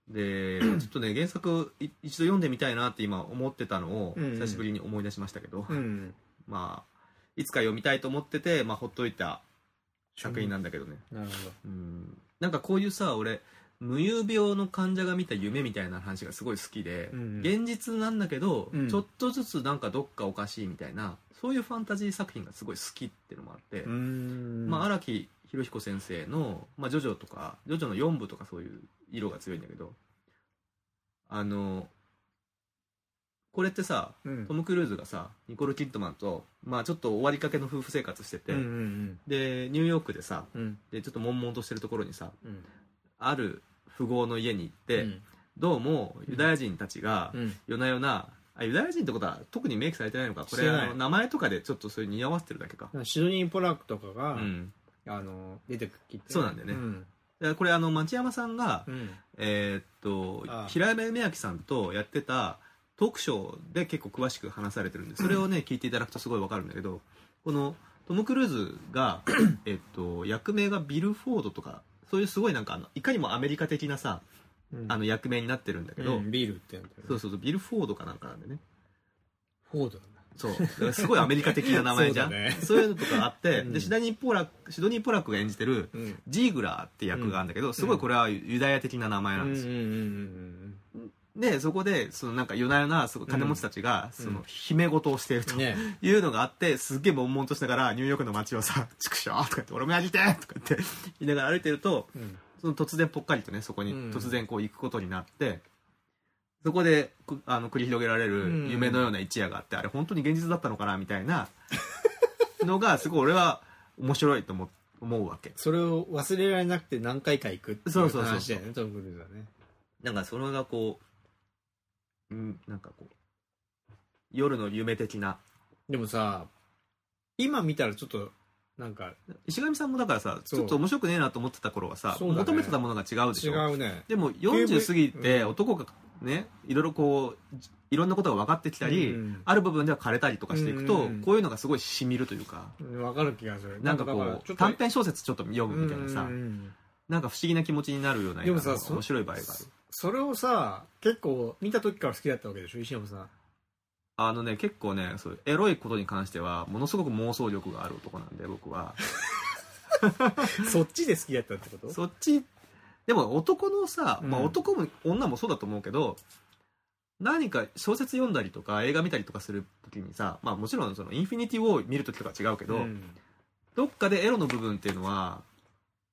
A: でちょっとね原作い一度読んでみたいなって今思ってたのを
B: うんうん
A: 久しぶりに思い出しましたけど、
B: うん、
A: まあいつか読みたいと思ってて、まあ、ほっといた作品なんだけどね、
B: なるほ
A: うんなんかこういうさ俺無遊病の患者が見た夢みたいな話がすごい好きで、
B: うんうん
A: 現実なんだけど、
B: うん
A: ちょっとずつなんかどっかおかしいみたいなそういうファンタジー作品がすごい好きっていうのもあって、
B: どん
A: まあ、荒木宏彦先生の「まあ、ジョジョ」とか「ジョジョ」の4部とかそういう色が強いんだけどあのこれってさ
B: うん
A: トム・クルーズがさニコール・キッドマンと、まあ、ちょっと終わりかけの夫婦生活してて、
B: うんうん
A: でニューヨークでさ
B: うんうん
A: でちょっと悶々としてるところにさ
B: うん
A: ある富豪の家に行って、
B: うん
A: どうもユダヤ人たちが
B: うん
A: 夜な夜なあユダヤ人ってことは特に明記されてないのかこ
B: し
A: れ
B: てない
A: あの名前とかでちょっとそれに合わせてるだけか、
B: シドニー・ポラックとかが、
A: うん、
B: あの出てくきって
A: そうなんだよね
B: うん
A: でこれあの町山さんが、
B: うん
A: えーっと
B: ああ
A: 平山夢明さんとやってたトークショーで結構詳しく話されてるんでそれをね、聞いていただくとすごいわかるんだけどこのトム・クルーズ
B: <clears throat>
A: がえっと役名がビル・フォードとかそういうすごいなんかあのいかにもアメリカ的なさ
B: うん
A: あの役名になってるんだけど、
B: うんビールってやんだよね
A: そうそうそうビル・フォードかなんかなんでね
B: フォードなんだ
A: そう
B: <laughs>
A: だからすごいアメリカ的な名前じゃん
B: そ
A: <laughs> そうう,、
B: だ
A: い
B: ね
A: うのとかあって、
B: うん
A: でシドニー・ポラシドニー・ポラックが演じてる
B: うん
A: ジーグラーって役があるんだけど、すごいこれはユダヤ的な名前なんですよ、
B: うんうんうん
A: でそこでそのなんか夜な夜なその金持ちたちが
B: うん
A: そうの
B: ん
A: 姫事をしている
B: うん
A: と
B: ね
A: いうのがあってすっげえ悶々としながらニューヨークの街をさ <laughs> 「畜生!」とか言って「俺もやりてえ!」とか言って <laughs> 言いながら歩いてると
B: うん
A: その突然ぽっかりとねそこに
B: うん
A: 突然こう行くことになってそこでくあの繰り広げられ
B: うん
A: る夢のような一夜があって、あれ本当に現実だったのかなみたいな <laughs> のがすごい俺は面白いと思思うわけ
B: それを忘れられなくて何回か行くってい
A: そう
B: う
A: そうそう
B: 話だよねトム・クルーズはね
A: なんかそれがこううんなんかこう夜の夢的な
B: でもさ今見たらちょっとなんか
A: 石上さんもだからさ
B: そう
A: ちょっと面白くねえなと思ってた頃はさ、
B: そうだね
A: 求めてたものが違うでし
B: 違
A: ょ
B: うね
A: でも40過ぎて男がねいろいろこういろんなことが分かってきたり、
B: うん
A: ある部分では枯れたりとかしていくと、
B: うんうんうん
A: こういうのがすごいしみるというか
B: わかる気がする
A: なんかこ
B: だら
A: う
B: ちょっと
A: 短編小説ちょっと読むみたいなさ
B: うんうんうん
A: なんか不思議な気持ちになるような映
B: でも
A: 画
B: さ
A: の
B: そ
A: 面白い場合がある
B: それをさ結構見た時から好きだったわけでしょ石山さ
A: <laughs>
B: ん
A: あのね結構ねそうエロいことに関してはものすごく妄想力がある男なんで僕は
B: そっちで好きだったってこと
A: そっちでも男のさ、まあ、
B: うん
A: 男も女もそうだと思うけど何か小説読んだりとか映画見たりとかする時にさ、まあ、もちろんその「インフィニティ・ウォー」見る時とかは違うけど、
B: うん
A: どっかでエロの部分っていうのは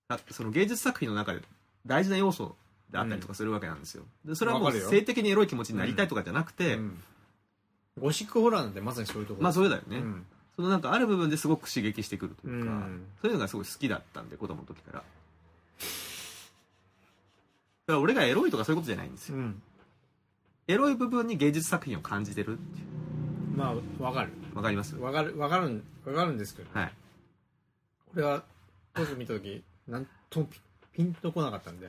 A: あその芸術作品の中で大事な要素であったりとかするわけなんですよ、でそれはも
B: わ
A: う
B: かるよ
A: 性的にエロい気持ちになりたいとかじゃなくて、
B: うんゴシックホラーなんてまさにそういうところ
A: まあそれだよ
B: う
A: ね、
B: ん
A: そのなんかある部分ですごく刺激してくると
B: う
A: いうか、
B: ん
A: そういうのがすごい好きだったんで子供の時からだから俺がエロいとかそういうことじゃないんです
B: う
A: よ、
B: ん
A: エロい部分に芸術作品を感じてるってい
B: まあわかる
A: うわかります
B: わかるわかるんわかるんですけど
A: はい
B: これは当時見た時なんともピピンとこなかったんで、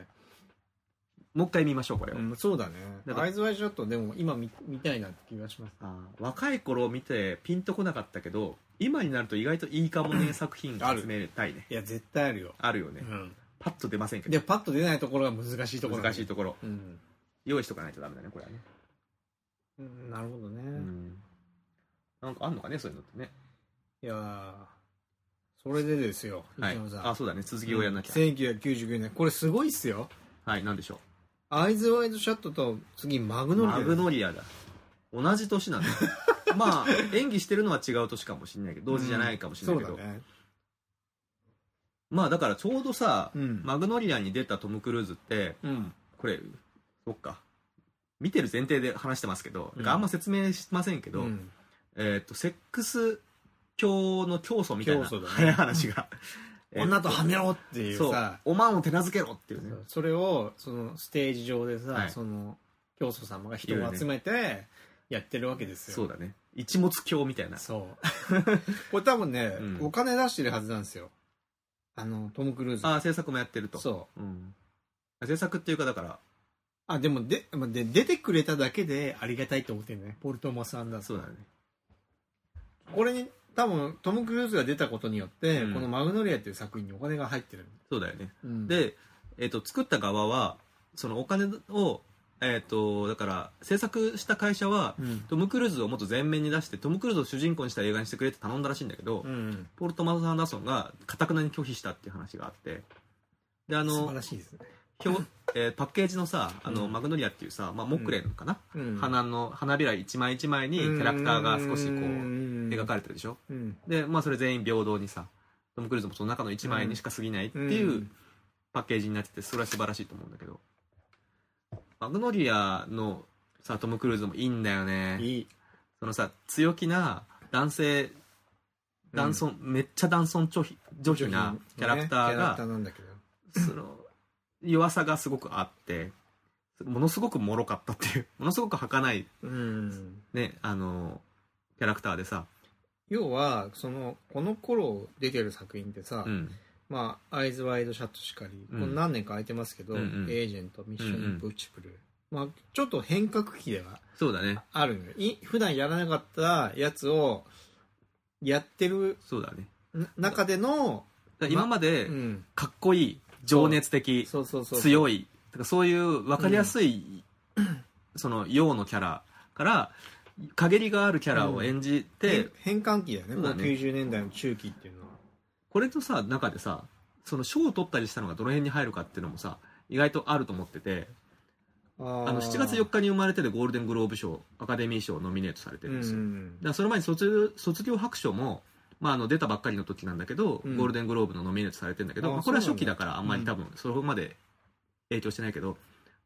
A: もう一回見ましょうこれを、
B: うんそうだね
A: だから
B: アイズワイショットでも今見見たいなって気がします
A: あー若い頃見てピンとこなかったけど今になると意外といいかもね作品集めたいね
B: いや絶対あるよ、
A: あるよね、
B: うん、
A: パッと出ませんけど
B: でパッと出ないところが難しいところ
A: 難しい
B: と、
A: ところ
B: うん、
A: 用意しとかないとダメだねこれはね、
B: うんなるほどね、
A: うんなんかあんのかねそういうのってね
B: いやーそれでですよ、
A: はい
B: 石山さん
A: あそうだね続きをやんなきゃ、
B: 1999年これすごいっすよ
A: はいなんでしょ
B: アイズワイドシャットと次マグ
A: う
B: ノリア
A: マグノリアだ同じ年
B: <laughs>
A: なんだまあ演技してるのは違う年かもしれないけど同時じゃないかもしれないけど、
B: そうだね
A: まあだからちょうどさ、
B: うん、
A: マグノリアに出たトム・クルーズって
B: うん
A: これそっか見てる前提で話してますけど、
B: うん
A: だからあんま説明しませんけど、
B: うん
A: えっ、とセックス教の教祖みたいな
B: 教祖だね
A: 早い話が
B: 女とはめろっていう
A: そう
B: さ
A: おまんを手なずけろっていうね
B: そうそれをそのステージ上でさ、
A: はい
B: その教祖様が人を集めてやってるわけですよ
A: そうだね一物教みたいな
B: そう <laughs> これ多分ね、
A: うん
B: お金出してるはずなんですよあのトム・クルーズ
A: ああ制作もやってると、
B: そう
A: ん、あ制作っていうかだから
B: うあでもでまあで出てくれただけでありがたいと思ってるねポール・トーマス・アンダース
A: そうだね
B: これに多分トム・クルーズが出たことによって、
A: うん
B: この「マグノリア」っていう作品にお金が入ってる、
A: そうだよね、
B: うん、
A: で、えっと作った側はそのお金をえっ、とだから制作した会社は
B: うん
A: トム・クルーズをもっと前面に出してトム・クルーズを主人公にした映画にしてくれって頼んだらしいんだけど、
B: うん、
A: ポール・トマス・アンダーソンがかたくなに拒否したっていう話があってであ
B: 素
A: の
B: 晴らしいですね、
A: 表、えーパッケージのさあの、
B: うん
A: マグノリアっていうさ、まあ、モクレンかな、
B: うん
A: 花の花びら一枚一枚にキャラクターが少しこう描かれてるでしょ
B: れうん
A: で、まあ、それ全員平等にさトム・クルーズもその中の一枚にしか過ぎないっていううパッケージになっててそれは素晴らしいと思うんだけどマグノリアのさトム・クルーズもいいんだよね
B: いい
A: そのさ強気な男性男尊、めっちゃ男尊女卑女卑なキャラクター
B: ねキャラ
A: が
B: クターなんだけど
A: その弱さがすごくあってものすごく脆かったっていう <laughs> ものすごく儚い
B: うん
A: ねあのキャラクターでさ、
B: 要はそのこの頃出てる作品ってさ、
A: うん、
B: まあ「アイズ・ワイド・シャット」しかり、
A: うん
B: この何年か空いてますけど
A: う
B: 「
A: んうん
B: エージェント」「ミッショ
A: うんう
B: ン・イ
A: ん
B: ンポッチブル」まあ、ちょっと変革期では
A: そうだね
B: あるのよい普段やらなかったやつをやってる
A: そうだね
B: な中での、
A: だから今まで
B: うん、
A: かっこいい情熱的
B: そうそうそう
A: 強いだからそういう分かりやすい、その陽のキャラから陰りがあるキャラを演じて、
B: 変変換期だよね
A: そうだね
B: この90年代の中期っていうのは
A: これとさ中でさその賞を取ったりしたのがどの辺に入るかっていうのもさ意外とあると思ってて
B: あー
A: あの7月4日に生まれてでゴールデングローブ賞アカデミー賞ノミネートされてるんですよ、
B: う
A: だ
B: ん
A: からその前に卒卒業白書も、まあ、あの出たばっかりの時なんだけど、
B: うん
A: ゴールデングローブのノミネートされてるんだけど
B: あー
A: まあ、これは
B: そう
A: 初
B: なんだ
A: 期だからあんまり多分そこまで影響してないけど、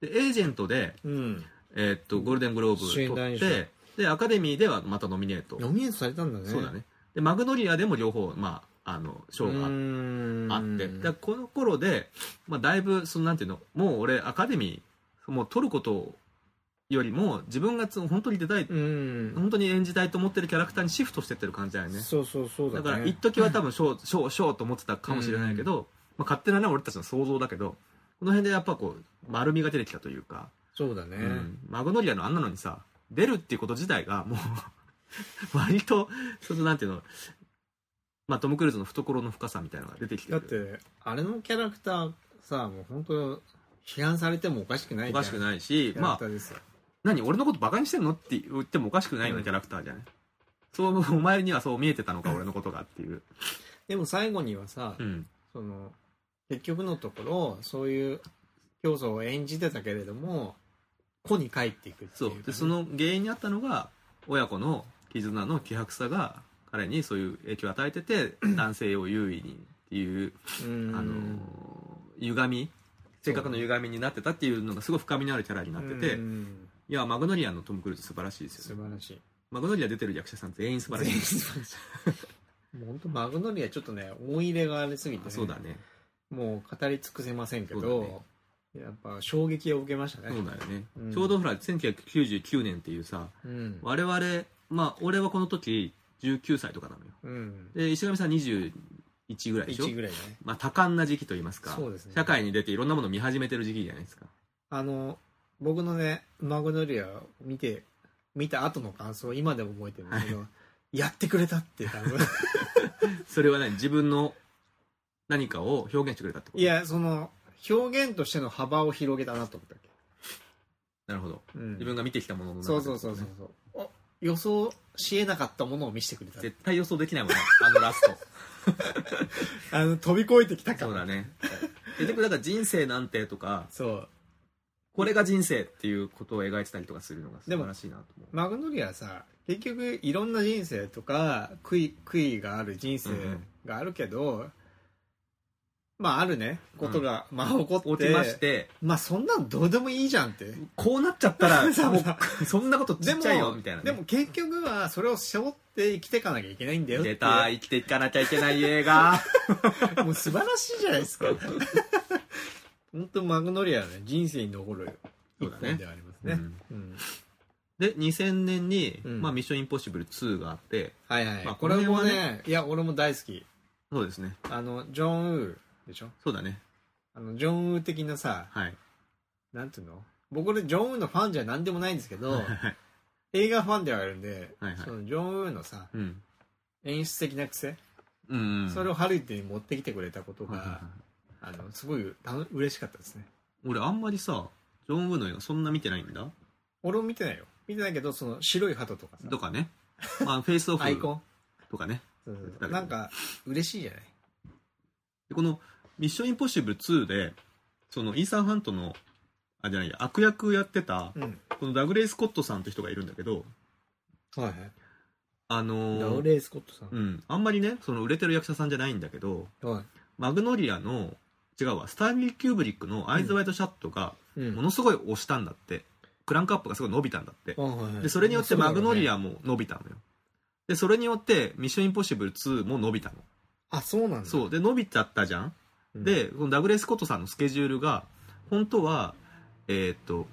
A: でエージェントで、
B: うん
A: えーっとゴールデングローブ
B: 主演男
A: 取
B: 優
A: っ
B: 賞
A: てでアカデミーではまたノミネート、
B: ノミネートされたんだね。
A: そうだ。ねでマグノリアでも両方、まあ、あの賞があってあってだからこの頃で、まあ、だいぶそのなんていうのもう俺アカデミーもう取ることよりも自分がつ本当に出たい、
B: うん。
A: 本当に演じたいと思ってるキャラクターにシフトしてってる感じだよね
B: そうそうそうだ
A: だ
B: ね。
A: から一時は多分ショーショーショーと思ってたかもしれないけど、まあ、勝手なね俺たちの想像だけどこの辺でやっぱこう丸みが出てきたというか、
B: そうだね。
A: うんマグノリアのあんなのにさ出るっていうこと自体がもう <laughs> 割とそのなんていうのまあ、トム・クルーズの懐の深さみたいなのが出てきて
B: だ
A: る
B: って、あれのキャラクターさ、もう本当批判されてもおかしくない
A: おかしく
B: い。
A: ないし
B: キャ
A: ま
B: ラ
A: あ
B: クターですよ。
A: 何俺のことバカにしてんのって言ってもおかしくないよう
B: う
A: なんキャラクターじゃない、そうお前にはそう見えてたのか俺のことがっていう、
B: でも最後にはさ、
A: うん、
B: その、結局のところ、そういう競争を演じてたけれども、子に帰っていくってい
A: そうう
B: かね、
A: でその原因にあったのが親子の絆の希薄さが彼にそういう影響を与えて
B: <clears throat>
A: て男性を優位にっていう、
B: うん、
A: あの歪み性格の歪みになってたっていうのがすごい深みのあるキャラになってて、
B: うん
A: いやマグノリアのトム・クルーズ素晴らしいです
B: 素
A: よね
B: 晴らしい。
A: マグノリア出てる役者さん全員素晴らしい
B: 全員素晴らしい。 <laughs> もう本当マグノリアちょっとね、思い入れがありすぎて、
A: あ
B: ね、
A: そうだね
B: もう語り尽くせませんけ
A: そう
B: ど、
A: だね
B: やっぱ衝撃を受けましたね。
A: そうだよね、
B: うん
A: ちょうどほら1999年っていうさ
B: うん。
A: 我々まあ俺はこの時19歳とかなのよ
B: うん。
A: で石上さん21ぐらいでしょ
B: 1ぐらいね。
A: まあ多感な時期といいますか
B: そうですね
A: 社会に出ていろんなものを見始めてる時期じゃないですか
B: あの、僕のね、マグノリアを見て、見た後の感想、今でも覚えてるんだ
A: <laughs>
B: けど、やってくれたっていう感想
A: それは何自分の何かを表現してくれたってこと
B: いや、その、表現としての幅を広げたなと思ったっけ。
A: なるほど
B: うん。
A: 自分が見てきたものの中
B: そ
A: で
B: う
A: ってこ
B: そう
A: と
B: そ
A: ね、
B: うそうそう。お予想しえなかったものを見せてくれた。
A: 絶対予想できないもんねあのラ
B: <laughs>
A: スト
B: あの、飛び越えてきたか
A: そうだ
B: ら。
A: ね結局だから人生なんてとか
B: そう。
A: これが人生っていうことを描いてたりとかするのが素晴らしいなと思う
B: マグノリアはさ結局いろんな人生とか悔い悔いがある人生があるけど、まああるねことが、まあ起こっ
A: 落
B: て
A: ちまして
B: まあそんなのどうでもいいじゃんって
A: こうなっちゃったら
B: <laughs> そう
A: もうそんなことち
B: で
A: っ
B: も
A: ちゃいよみたいな、ね、
B: でも結局はそれを背負って生きていかなきゃいけないんだよってい
A: 出
B: う
A: た生きていかなきゃいけない映画
B: もう素晴らしいじゃないですか <laughs> 本当マグノリアはね人生に残る
A: そ
B: 一
A: うだね
B: 本ではあり <laughs> ますね
A: うん
B: うん
A: で2000年に、
B: うん
A: まあ「ミッションインポッシブル2」があって
B: はいはい、
A: まあ
B: これも
A: この
B: ね
A: 辺
B: いや俺も大好き
A: そうですね
B: あのジョン・ウーでしょ
A: そうだね
B: あのジョン・ウー的なさ
A: はい
B: なんていうの僕でジョン・ウーのファンじゃ何でもないんですけど
A: はい
B: 映画ファンではあるんで、
A: はいはい
B: そのジョン・ウーのさ
A: うん
B: 演出的な癖、
A: うんうん
B: それをハリウッドに持ってきてくれたこと
A: はいはいはい
B: が、あのすごい楽嬉しかったですね
A: 俺あんまりさジョン・ウーの映画そんな見てないんだ
B: 俺も見てないよ見てないけどその白い鳩とかさ
A: とかね、まあ、フェイスオフ
B: <laughs> アイコン
A: とかね
B: そうそうそうなんか嬉しいじゃない
A: でこの「ミッションインポッシブル2」でそのイーサン・ハントのあじゃないや悪役やってた
B: うん
A: このダグレイ・スコットさんって人がいるんだけど
B: はいはい
A: あのー
B: ラウレイ・スコットさん、
A: うん、あんまりねその売れてる役者さんじゃないんだけど
B: はい
A: マグノリアの違うわスタンリー・キューブリックの「アイズ・ワイド・シャット」が
B: うん
A: ものすごい押したんだって、クランクアップがすごい伸びたんだって、
B: あはいはい
A: でそれによってマグノリ
B: そうだよね
A: アも伸びたのよでそれによって「ミッション・インポッシブル2」も伸びたの、
B: あそうなんだ
A: そうで伸びちゃったじゃん、
B: うん
A: でこのダグレイ・スコットさんのスケジュールが本当はえーっと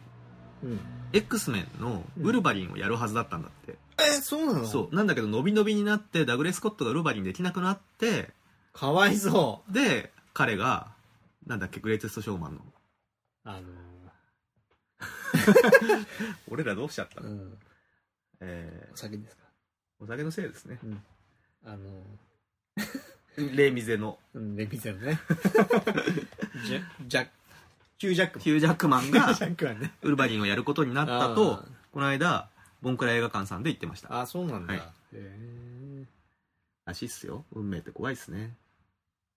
B: うん、
A: X メンのウルヴァリンをやるはずだったんだって、
B: えそうなの
A: そうなんだけど伸び伸びになってダグレイ・スコットがウルヴァリンできなくなって
B: かわいそう
A: で彼がなんだっけグレイテストショーマンの
B: あの
A: 俺らどうしちゃった
B: ー、うん、
A: え
B: お酒ですか
A: ーお酒のせいですね
B: あのー、
A: レミゼの
B: うん、レビゼロ
A: <laughs>
B: ね。ジャジャック、ヒュージャックも。
A: ヒュージャックマン
B: ヒュ
A: <laughs> が
B: ージャックはね。
A: ウルヴァリンをやることになったと
B: あー
A: この間ボンクラ映画館さんで言ってました
B: あ、そうなんだ。
A: はい
B: へー
A: らしいっすよ運命って怖いっすね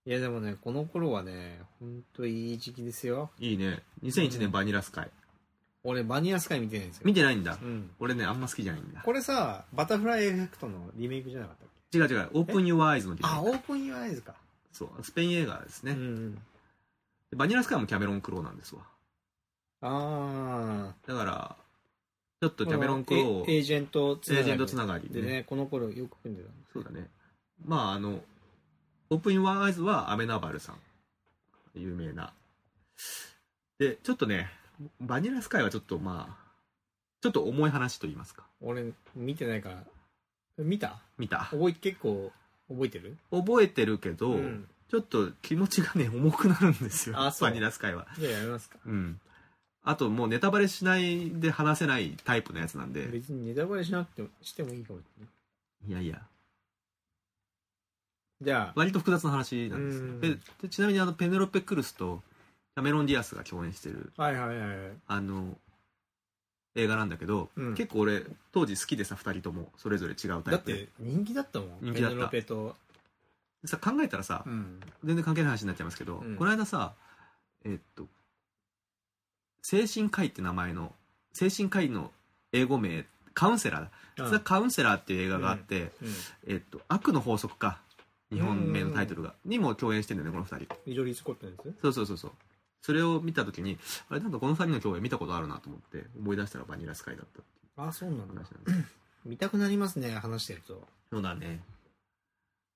B: いやでもね、この頃はね、ほんといい時期ですよ。
A: いいね2001
B: う
A: 年
B: ん
A: バニラスカイ
B: 俺、バニラスカイ見てないんですよ。
A: 見てないんだ
B: うん。
A: 俺ねあんま好きじゃないんだ
B: これさ、バタフライエフェクトのリメイクじゃなかったっけ
A: 違う違うオープンユアアイズのリメイク
B: あ、オープンユアアイズか。
A: そうスペイン映画ですね、
B: うんうん。
A: でバニラスカイもキャメロン・クロウなんですわ
B: あ
A: だからちょっとキャメロン・クロウを
B: エ
A: エ
B: ージェントつな
A: ー
B: がり
A: ジェントつながり
B: でねこの頃よく組んでたんです
A: そうだねまああのオープン・イン・ワン・アイズはアメナバルさん有名なでちょっとねバニラスカイはちょっとまあちょっと重い話と言いますか
B: 俺見てないから見た
A: 見た
B: 覚え結構覚えてる
A: 覚えてるけど、
B: うん
A: ちょっと気持ちがね重くなるんですよ
B: あそう
A: バニラスカイは
B: じゃあやりますか
A: うんあともうネタバレしないで話せないタイプのやつなんで
B: 別にネタバレしなくてもしてもいいかもしれない
A: いやいや
B: じゃあ
A: 割と複雑な話なんですよ
B: うん
A: ででちなみにあのペネロペ・クルスとキャメロン・ディアスが共演してる
B: はいはいはいはい
A: あの映画なんだけど、
B: うん
A: 結構俺当時好きでさ2人ともそれぞれ違うタ
B: だ
A: イ
B: っ
A: プで
B: て人気だったもん
A: 人気だった
B: ペネロペと
A: さ考えたらさ、
B: うん
A: 全然関係ない話になっちゃいますけど、
B: うん
A: この間さえっと精神科医って名前の精神科医の英語名カウンセラーだ、
B: うん
A: それはカウンセラーっていう映画があって、
B: うん
A: えっと、悪の法則か日本名のタイトルが、にも共演してんだよねこの2人
B: リドリー・スコットのやつ
A: そうそうそうそうそれを見た時にあれなんかこの2人の共演見たことあるなと思って思い出したらバニラスカイだったって
B: あそうな
A: いう話
B: ん
A: なん
B: だ
A: ですけど
B: 見たくなりますね話してると
A: そうだね。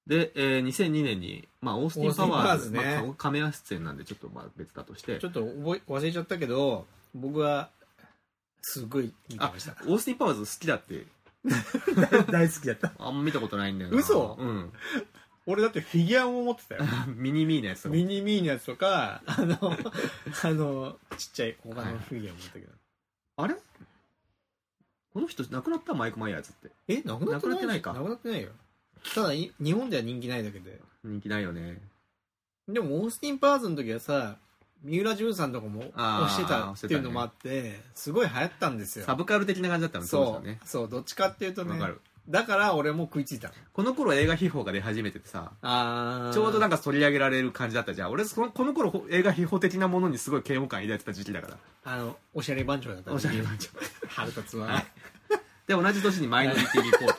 A: で、えー2002年に、まあ、オースティン・パワーズ、
B: オースティンパワーズね
A: まあ、カメラ出演なんで、ちょっとまあ別だとして
B: ち、ょっと覚え忘れちゃったけど僕はすごい見てました
A: オースティン・パワーズ好きだって、
B: 大好きだ <laughs> った
A: あんま見たことないんだよな。
B: 嘘
A: うん。 <laughs>
B: 俺だってフィギュアも持ってたよ
A: ミニミーのやつを
B: ミニミーのやつとかあのあのちっちゃい他のフィギュアも持ったけど、
A: あれこの人、亡くなったマイク・マイヤーズって。
B: えなくなってな
A: なくな
B: い
A: ってないか
B: なくなってないよただい日本では人気ないだけで
A: 人気ないよね。
B: でもオースティン・パワーズの時はさ三浦淳さんとかも
A: あー
B: 押してたっていうのもあってすごい流行ったんですよ
A: サブカル的な感じだったの、当時
B: そ
A: は
B: う、
A: ね。
B: そうどっちかっていうと
A: わ
B: ね
A: かる。
B: だから俺も食いついたの
A: この頃映画秘宝が出始めててさ、
B: あ
A: ちょうどなん
B: か
A: か取り上げられる感じだったじゃん。俺、そのこの頃ほ映画秘宝的なものにすごい嫌悪感抱いてた時期だか
B: あのおしゃれ番長だった
A: ら。おしゃれ番長。
B: 腹立つわ、
A: はい <laughs> で同じ年にマイノリティリ <laughs> ポート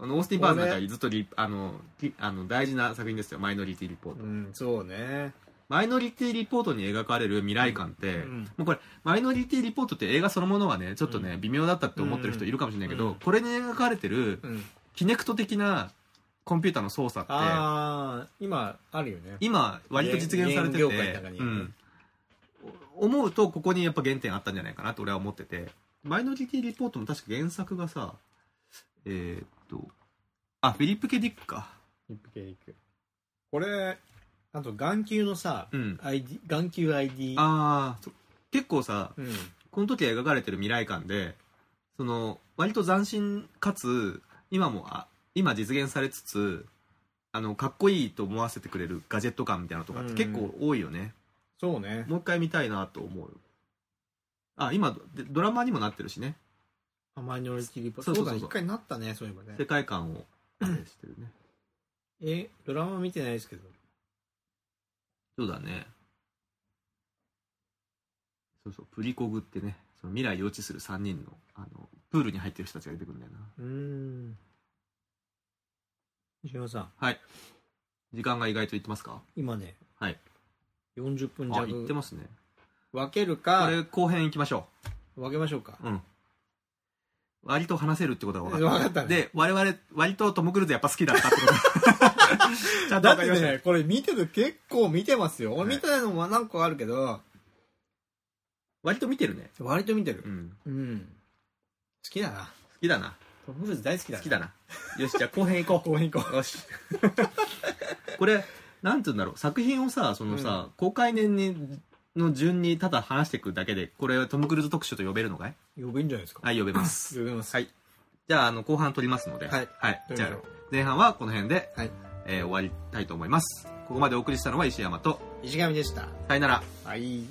A: あのオースティン・バーンズなんかずっとリあのきあの大事な作品ですよマイノリティリポート、
B: うんそうね
A: マイノリティリポートに描かれる未来感って、
B: うん
A: もうこれマイノリティリポートって映画そのものはねちょっとね、
B: うん
A: 微妙だったって思ってる人いるかもしれないけど、
B: うん
A: これに描かれてる
B: うん
A: キネクト的なコンピューターの操作って
B: ああ今あるよね
A: 今割と実現されてて、
B: ゲーム業界の中に
A: う
B: はね
A: ん思うとここにやっぱ原点あったんじゃないかなと俺は思っててマイノリティリポートも確か原作がさえーっとあフィリップ・ケディックか
B: リップケリックこれあと眼球のさ、
A: うん
B: ID 眼球 ID
A: ああ結構さ
B: うん
A: この時描かれてる未来感でその割と斬新かつ今もあ今実現されつつあのかっこいいと思わせてくれるガジェット感みたいなのとかって結構多いよね、
B: そうね
A: もう一回見たいなと思うあ今でドラマにもなってるしね
B: あマイノリティリポー
A: そ
B: ト
A: う
B: そ
A: そううそ
B: だ
A: うそう
B: 一回なったねそういえばね
A: 世界観をあれしてるね
B: えドラマ見てないですけど
A: そうだねそうそうプリコグってねその未来予知する3人のあのプールに入ってる人たちが出てくるんだよな
B: うーん石山さん
A: 時間が意外といってますか
B: 今ね、
A: はい、
B: 40分
A: あいって
B: 弱
A: ますね
B: 分ける
A: こ
B: か
A: れ後編行きましょ
B: 分けましょうか
A: ううん割と話せるってことが分かった
B: 分かったね
A: で我々割とトム・クルーズやっぱ好きだったって
B: <laughs>
A: ことちゃんと分
B: だっ
A: かり
B: て
A: ました
B: ね、これ見てる結構見てますよ。
A: はい
B: 俺見てないのも何個あるけど、
A: 割と見てるね
B: 割と見てる
A: う。ん
B: うん。好きだな。
A: 好きだな
B: トム・クルーズ大好きだ
A: 好きだな。よし、じゃあ後編行こ
B: 後編行こ。
A: う。よし。 <laughs> これ、なんて言うんだろう。作品をさ、そのさ、公開年に、の順にただ話していくだけで、これはトム・クルーズ特集と呼べるのかいう
B: 呼べんじゃないですか。
A: はい、呼べます。
B: 呼べます。
A: はい。じゃあ、あの、後半撮りますので。
B: はい撮り
A: じ
B: ま
A: ゃ
B: しょう
A: あ、前半はこの辺で、
B: はい
A: えー終わりたいと思います。ここまでお送りしたのは石山と、
B: 石上でした。
A: さよなら。
B: はい。